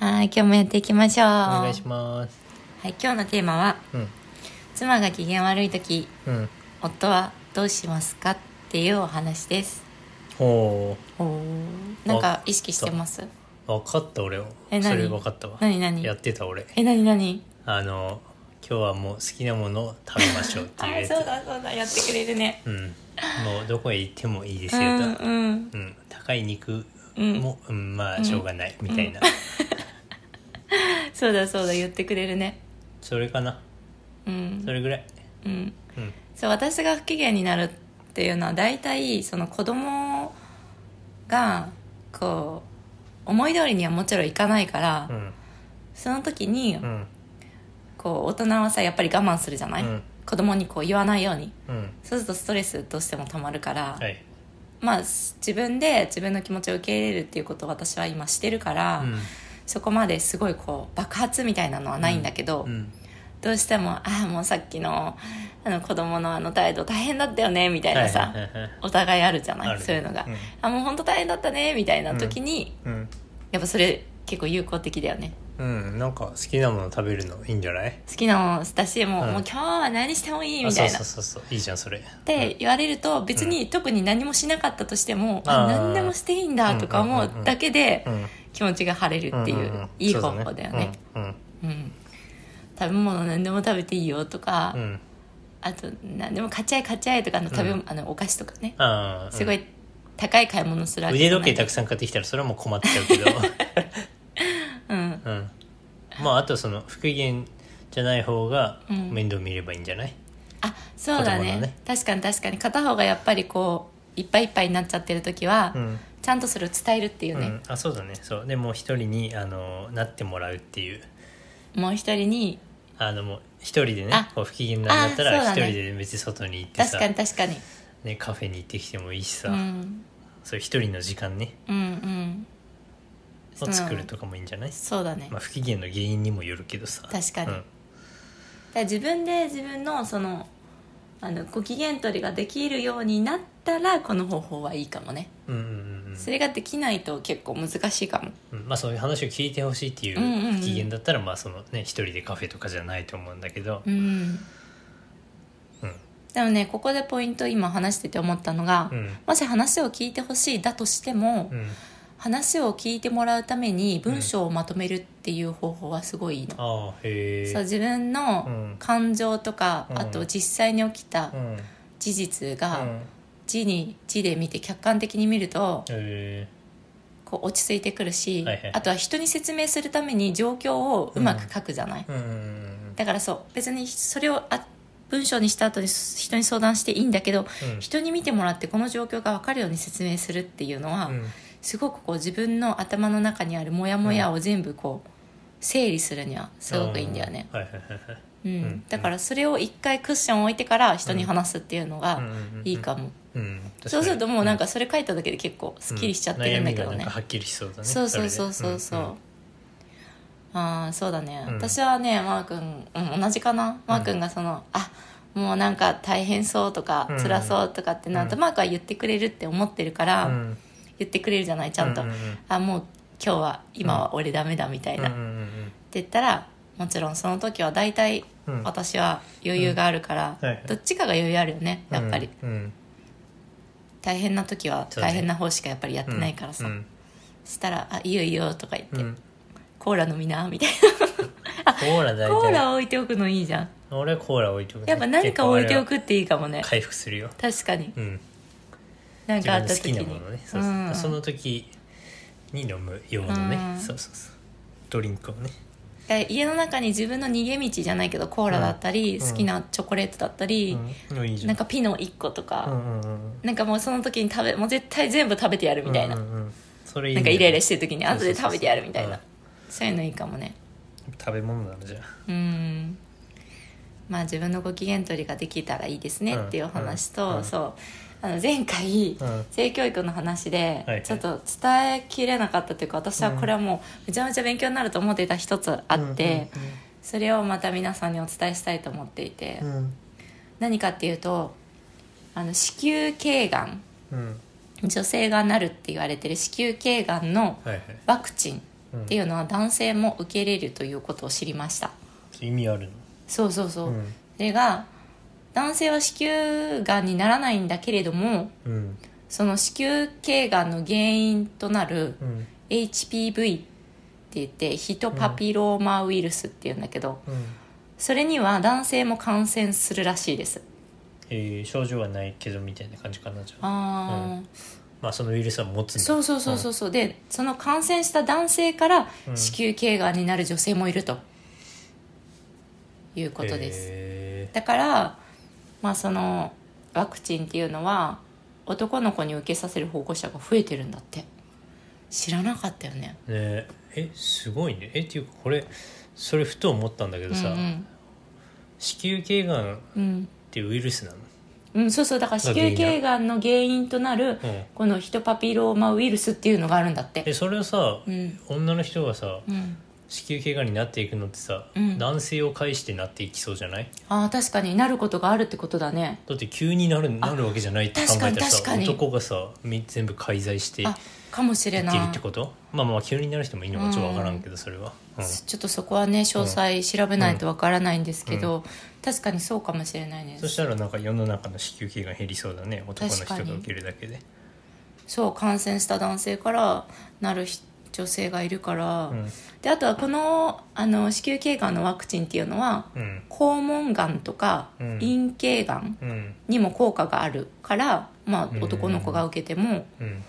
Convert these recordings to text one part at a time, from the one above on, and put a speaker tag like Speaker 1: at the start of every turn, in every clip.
Speaker 1: はい、今日もやっていきましょう。
Speaker 2: お
Speaker 1: は
Speaker 2: 願い
Speaker 1: い
Speaker 2: し、ます
Speaker 1: 今日のテーマは、
Speaker 2: うん
Speaker 1: 妻が機嫌悪い時、
Speaker 2: うん
Speaker 1: 夫はどうしますかっていうお話です。
Speaker 2: ほ
Speaker 1: なんか意識してます
Speaker 2: う分かった俺を
Speaker 1: え何
Speaker 2: それ分かったわ
Speaker 1: 何何
Speaker 2: やってた俺
Speaker 1: え、なになに
Speaker 2: あの今日はもう好きなものを食べましょうって
Speaker 1: あ
Speaker 2: いうやつ
Speaker 1: そうだそうだ、やってくれるね。
Speaker 2: うんもうどこへ行ってもいいです
Speaker 1: う
Speaker 2: よと、うんん
Speaker 1: うん。
Speaker 2: 高い肉も、うんまあしょうがないみたいな、
Speaker 1: そうだそうだ、言ってくれるね。
Speaker 2: それかな
Speaker 1: うん。
Speaker 2: それぐらい
Speaker 1: うん。
Speaker 2: うん
Speaker 1: そう、私が不機嫌になるっていうのは、大体、その子供が、こう、思い通りにはもちろんいかないから、
Speaker 2: うん
Speaker 1: その時に、
Speaker 2: うん
Speaker 1: こう大人はさやっぱり我慢するじゃない、
Speaker 2: うん
Speaker 1: 子供にこう言わないように
Speaker 2: うん
Speaker 1: そうするとストレスどうしてもたまるから、
Speaker 2: はい
Speaker 1: まあす自分で自分の気持ちを受け入れるっていうことを私は今してるから、
Speaker 2: うん
Speaker 1: そこまですごいこう爆発みたいなのはないんだけど、
Speaker 2: うん
Speaker 1: どうしてもああもうさっきのあの子供のあの態度大変だったよねみたい
Speaker 2: は
Speaker 1: ないさ、
Speaker 2: はいはいはい
Speaker 1: お互いあるじゃな
Speaker 2: あ
Speaker 1: い
Speaker 2: る
Speaker 1: そういうのが、
Speaker 2: うん
Speaker 1: あもう本当大変だったねみたいな時に、
Speaker 2: うん
Speaker 1: やっぱそれ結構有効的だよね
Speaker 2: うんなんか好きなもの食べるのいいんじゃない
Speaker 1: 好きなものだしもう,、
Speaker 2: うん
Speaker 1: もう今日は何してもいい
Speaker 2: あ
Speaker 1: みたいな
Speaker 2: そうそうそうそういいじゃんそれ
Speaker 1: って言われると別に特に何もしなかったとしても、
Speaker 2: あ
Speaker 1: あ
Speaker 2: ー
Speaker 1: 何でもしていいんだとか思うだけで
Speaker 2: うん
Speaker 1: 気持ちが晴れるってい
Speaker 2: んん
Speaker 1: うんいい
Speaker 2: そう
Speaker 1: 方法だよね、
Speaker 2: うんうん
Speaker 1: うん、食べ物何でも食べていいよとか、
Speaker 2: うん
Speaker 1: あと何でも買っちゃえ買っちゃえとかあの食べ、あのお菓子とかね
Speaker 2: ああ
Speaker 1: すごい高い買い物するわけじ
Speaker 2: 腕
Speaker 1: ゃない
Speaker 2: 時計たくさん買ってきたらそれはもう困っちゃうけど
Speaker 1: うん
Speaker 2: うんまああとその不機嫌じゃない方が面倒見ればいいんじゃない、
Speaker 1: あそうだ
Speaker 2: 子供
Speaker 1: ね
Speaker 2: のね
Speaker 1: 確かに確かに片方がやっぱりこういっぱいいっぱいになっちゃってる時は、
Speaker 2: ん
Speaker 1: ちゃんとそれを伝えるっていう
Speaker 2: う
Speaker 1: ね、
Speaker 2: んあそうだねそうでもう一人にあのなってもらうっていう
Speaker 1: もう一人に
Speaker 2: あのもう一人でね
Speaker 1: あ
Speaker 2: こう不機嫌になったら
Speaker 1: あーそ
Speaker 2: 一
Speaker 1: うだね
Speaker 2: 人で別に外に行って
Speaker 1: 確
Speaker 2: さ、
Speaker 1: かに確かに、
Speaker 2: ね、カフェに行ってきてもいいしさ、
Speaker 1: うん、
Speaker 2: そう一人の時間ね
Speaker 1: うんうん
Speaker 2: を作るとかもいいんじゃない、
Speaker 1: そうだね、
Speaker 2: まあ、不機嫌の原因にもよるけどさ
Speaker 1: 確かに
Speaker 2: うん
Speaker 1: だから自分で自分のそのあのご機嫌取りができるようになったらこの方法はいいかもね、
Speaker 2: うんうんうんうん
Speaker 1: それができないと結構難しいかも
Speaker 2: うんまあ、そういう話を聞いてほしいってい
Speaker 1: うんうんうん
Speaker 2: う不機嫌だったら、まあそのね一人でカフェとかじゃないと思うんだけど
Speaker 1: うん
Speaker 2: うん
Speaker 1: でもねここでポイント今話してて思ったのが、
Speaker 2: うん
Speaker 1: もし話を聞いてほしいだとしても、
Speaker 2: うん
Speaker 1: 話を聞いてもらうために文章をまとめるっていう方法はすごいいいの、
Speaker 2: ああへえ
Speaker 1: そう自分
Speaker 2: う
Speaker 1: の
Speaker 2: ん
Speaker 1: 感情とか、
Speaker 2: うん
Speaker 1: あと実際に起きた
Speaker 2: うんうん
Speaker 1: 事実
Speaker 2: う
Speaker 1: が
Speaker 2: ん
Speaker 1: 字に字で見て客観的に見ると
Speaker 2: へ
Speaker 1: こう落ち着いてくるし、
Speaker 2: はいはい
Speaker 1: あとは人に説明するために状況をうまく書くじゃない、
Speaker 2: えうんうんうん
Speaker 1: だからそう別にそれをあ文章にした後に人に相談していいんだけど、
Speaker 2: うん
Speaker 1: 人に見てもらってこの状況が分かるように説明するっていうのは、
Speaker 2: うん
Speaker 1: すごくこう自分の頭の中にあるモヤモヤを全部こう整理するにはすごくいいんだよね、
Speaker 2: ああはいはいはいはい
Speaker 1: うん
Speaker 2: ん
Speaker 1: だからそれを一回クッション置いてから人に話すっていうのがいいかも、
Speaker 2: うん確かに
Speaker 1: そうするともうなんかそれ書いただけで結構すっきりしちゃってるんだけど
Speaker 2: う悩みが
Speaker 1: ね、
Speaker 2: なんかはっきりしそうだね
Speaker 1: そうそう
Speaker 2: れで
Speaker 1: そうそうそう、ああそうだね、
Speaker 2: うん
Speaker 1: 私はねマー君、うん、同じかなマー君がその、あもうなんか大変そうとか
Speaker 2: うん
Speaker 1: 辛そうとかってなると、マークは言ってくれるって思ってるから、
Speaker 2: うんうん
Speaker 1: 言ってくれるじゃないちゃんと、
Speaker 2: うんうん
Speaker 1: あもう今日は今は俺ダメだみたい
Speaker 2: うんう
Speaker 1: な、
Speaker 2: ん
Speaker 1: って
Speaker 2: うん
Speaker 1: 言ったらもちろんその時は大体
Speaker 2: うん
Speaker 1: 私は余裕があるから、
Speaker 2: うんはいはい
Speaker 1: どっちかが余裕あるよねやっぱり、
Speaker 2: うんうん
Speaker 1: 大変な時は
Speaker 2: そうね
Speaker 1: 大変な方しかやっぱりやってないからさ、
Speaker 2: うん
Speaker 1: そしたら「あいいよいいよ」とか言って、
Speaker 2: うん
Speaker 1: コーラ飲みなみたい
Speaker 2: コーラ
Speaker 1: な
Speaker 2: 大
Speaker 1: コー
Speaker 2: 体
Speaker 1: ラ置いておくのいいじゃん
Speaker 2: 俺はコーラ置いておくね
Speaker 1: やっぱ何か置いてお
Speaker 2: 結構
Speaker 1: くっていいかも
Speaker 2: あれ
Speaker 1: ね
Speaker 2: は回復するよ
Speaker 1: 確かに
Speaker 2: うん
Speaker 1: 何
Speaker 2: 自
Speaker 1: かあっ
Speaker 2: 分
Speaker 1: た
Speaker 2: の好
Speaker 1: 時
Speaker 2: き
Speaker 1: に
Speaker 2: なものねそうそう
Speaker 1: うん
Speaker 2: その時に飲む用のね、
Speaker 1: うん
Speaker 2: そうそうそうドリンクをね
Speaker 1: だから家の中に自分の逃げ道じゃないけどコーラだったり、
Speaker 2: うん
Speaker 1: 好きなチョコレートだったり、
Speaker 2: うんいいじゃん
Speaker 1: なんかピノ1個とか、
Speaker 2: うんうんうん
Speaker 1: なんかもうその時に食べもう絶対全部食べてやるみたいな、
Speaker 2: うんうんうんそれいい
Speaker 1: な
Speaker 2: ね
Speaker 1: んかイライラしてる時に
Speaker 2: そう
Speaker 1: 後
Speaker 2: そうそう
Speaker 1: で食べてやるみたいなそういうのいいかもね
Speaker 2: うん食べ物なのじゃあ
Speaker 1: うんまあ自分のご機嫌取りができたらいいですね
Speaker 2: うん
Speaker 1: っていうお話と、
Speaker 2: うんうん
Speaker 1: そうあの前回、
Speaker 2: うん
Speaker 1: 性教育の話で
Speaker 2: はいはい
Speaker 1: ちょっと伝えきれなかったというか私はこれはもうめちゃめちゃ勉強になると思っていた一つあって、それをまた皆さんにお伝えしたいと思っていて、
Speaker 2: うんうん
Speaker 1: 何かっていうとあの子宮頸がん
Speaker 2: うんうん
Speaker 1: 女性がなるって言われてる子宮頸がんの
Speaker 2: はいはい
Speaker 1: ワクチン
Speaker 2: うん
Speaker 1: っていうのは男性も受け入れるということを知りました
Speaker 2: 意味あるの
Speaker 1: そうそうそう、
Speaker 2: うん
Speaker 1: それが男性は子宮がんにならないんだけれども
Speaker 2: うん
Speaker 1: その子宮頸がんの原因となる
Speaker 2: うん
Speaker 1: HPV って言ってヒトパピローマウイルスっていうんだけど、
Speaker 2: うん
Speaker 1: それには男性も感染するらしいです
Speaker 2: えー症状はないけどみたいな感じかなじゃあ
Speaker 1: ああ、
Speaker 2: うまあそのウイルスは持つんだ
Speaker 1: そうそうそうそうそうでその感染した男性から
Speaker 2: うん
Speaker 1: 子宮頸がんになる女性もいるということです、
Speaker 2: へ
Speaker 1: だからまあそのワクチンっていうのは男の子に受けさせる保護者が増えてるんだって知らなかったよね
Speaker 2: ーねええすごいねえっていうかこれそれふと思ったんだけどさ、
Speaker 1: うん
Speaker 2: 子宮頸がんっ
Speaker 1: うん、
Speaker 2: てウイルスなの
Speaker 1: うんうん、そうそうだから子宮頸がんの原因となる
Speaker 2: うん
Speaker 1: このヒトパピローマウイルスっていうのがあるんだって
Speaker 2: えそれをさ、
Speaker 1: うん
Speaker 2: 女の人がさ
Speaker 1: うん
Speaker 2: 子宮頸がんになっていくのってさ、
Speaker 1: うん
Speaker 2: 男性を介してなっていきそうじゃない
Speaker 1: ああ確かになることがあるってことだね
Speaker 2: だって急になるなるわけじゃないって考えたら
Speaker 1: 確か
Speaker 2: さ
Speaker 1: に確かに
Speaker 2: 男がさみ全部介在してい
Speaker 1: あかもしれ
Speaker 2: って
Speaker 1: な
Speaker 2: る
Speaker 1: い
Speaker 2: ってことまあまあ急になる人もいいのかちょっとわからんけどそれは、うん
Speaker 1: ちょっとそこはね詳細調べないとわからないんですけど、確かにそうかもしれないね
Speaker 2: そしたらなんか世の中の子宮頸がん減りそうだね男の人
Speaker 1: 確か
Speaker 2: が
Speaker 1: に
Speaker 2: 受けるだけで
Speaker 1: そう感染した男性からなるひ女性がいるから、
Speaker 2: うん
Speaker 1: であとはこのあの子宮頸がんのワクチンっていうのは
Speaker 2: うん
Speaker 1: 肛門がんとか
Speaker 2: うん
Speaker 1: 陰茎がん
Speaker 2: うん
Speaker 1: にも効果があるから、ま
Speaker 2: うん
Speaker 1: あ、男の子が受けても
Speaker 2: うん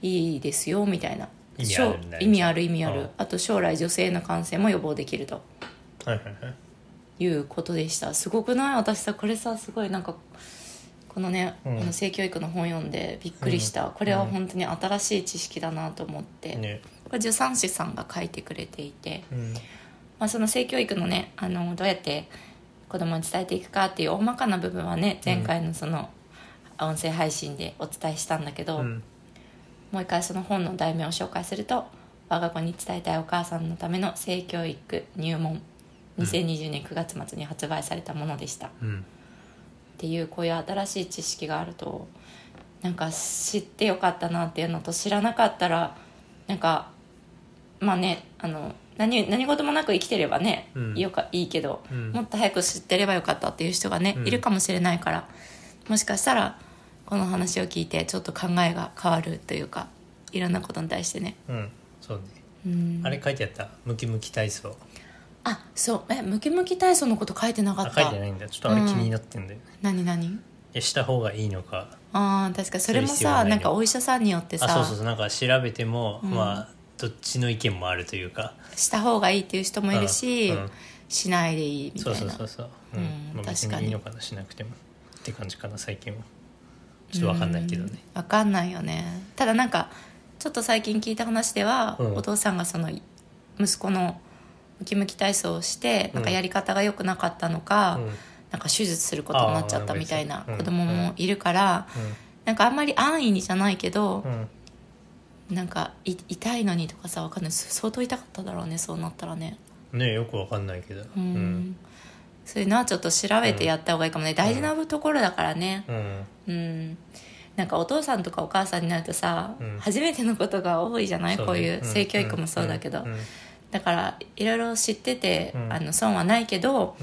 Speaker 1: いいですよみたいな
Speaker 2: 意味あるんだ
Speaker 1: そう意味ある意味ある
Speaker 2: うん
Speaker 1: あと将来女性の感染も予防できると
Speaker 2: はいはいはい
Speaker 1: いうことでしたすごくない私さこれさすごいなんかこのね、
Speaker 2: うん
Speaker 1: あの性教育の本読んでびっくりした、これは本当に新しい知識だなと思って、
Speaker 2: ね
Speaker 1: これ助産師さんが書いてくれていて、
Speaker 2: うん
Speaker 1: まあ、その性教育のねあのどうやって子供に伝えていくかっていう大まかな部分はね前回のその音声配信でお伝えしたんだけど、
Speaker 2: うん
Speaker 1: もう一回その本の題名を紹介すると「我が子に伝えたいお母さんのための性教育入門」2020年9月末に発売されたものでした、っ
Speaker 2: うん
Speaker 1: ていうこういう新しい知識があるとなんか知ってよかったなっていうのと知らなかったらなんかまあねあの何何事もなく生きてればね、
Speaker 2: うん
Speaker 1: よかいいけど、
Speaker 2: うん
Speaker 1: もっと早く知ってればよかったっていう人がね、
Speaker 2: うん
Speaker 1: いるかもしれないからもしかしたらこの話を聞いてちょっと考えが変わるというかいろんなことに対してね、
Speaker 2: うんそうね
Speaker 1: うん
Speaker 2: あれ書いてあったムキムキ体操
Speaker 1: あそうえムキムキ体操のこと書いてなか
Speaker 2: あ
Speaker 1: った
Speaker 2: 書いてないんだちょっとあれ気になってんだよね
Speaker 1: 何何
Speaker 2: いやした方がいいのか
Speaker 1: あー確かにそれも
Speaker 2: する必要は
Speaker 1: さ
Speaker 2: な
Speaker 1: ないんかお医者さんによって
Speaker 2: あ
Speaker 1: さ
Speaker 2: そうそうそうなんか調べても、
Speaker 1: うん
Speaker 2: まあどっちの意見もあるというか
Speaker 1: した方がいいっていう人もいるし、
Speaker 2: うんうん
Speaker 1: しないでいいみたい
Speaker 2: そ
Speaker 1: うな
Speaker 2: そうそうそう、
Speaker 1: うん
Speaker 2: まあ、別
Speaker 1: 確か
Speaker 2: に
Speaker 1: に
Speaker 2: いいのかなしなくてもって感じかな最近はちょっとわかんないけどね
Speaker 1: 分かんないよねただなんかちょっと最近聞いた話では、
Speaker 2: うん
Speaker 1: お父さんがその息子のムキムキ体操をしてなんかやり方が良くなかったのか、
Speaker 2: うん
Speaker 1: なんか手術することになっちゃったみたいな
Speaker 2: あー
Speaker 1: 子供もいるから、なんかあんまり安易にじゃないけど
Speaker 2: う、ん、うん、
Speaker 1: なんかい痛いのにとかさわかんないそ相当痛かっただろうねそうなったらね
Speaker 2: ねよくわかんないけどう
Speaker 1: うん、
Speaker 2: ん
Speaker 1: そういうのはちょっと調べてやった方がいいかもね、大事なところだからね、う
Speaker 2: うん
Speaker 1: ん、なんかお父さんとかお母さんになるとさ、
Speaker 2: うん
Speaker 1: 初めてのことが多いじゃない、
Speaker 2: そ
Speaker 1: こう
Speaker 2: ね
Speaker 1: いう性教育もそうだけど、
Speaker 2: うんうん
Speaker 1: だからいろいろ知ってて、
Speaker 2: うん
Speaker 1: あの損はないけど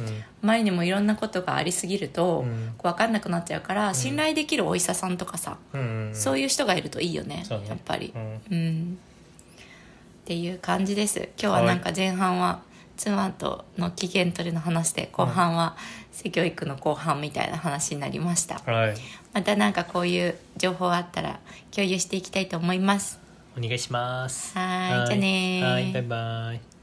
Speaker 1: 前にもいろんなことがありすぎると、
Speaker 2: うん
Speaker 1: こう分かんなくなっちゃうから信頼できるお医者さんとかさ、
Speaker 2: うんうん
Speaker 1: そういう人がいるといいよね
Speaker 2: そうね
Speaker 1: やっぱり
Speaker 2: う、ん
Speaker 1: うんっていう感じです今日はなんか前半は妻との機嫌取りの話で後半は性教育の後半みたいな話になりました、
Speaker 2: はい
Speaker 1: またなんかこういう情報あったら共有していきたいと思います。
Speaker 2: お願いします
Speaker 1: はーいじゃあねー
Speaker 2: はいバイバイ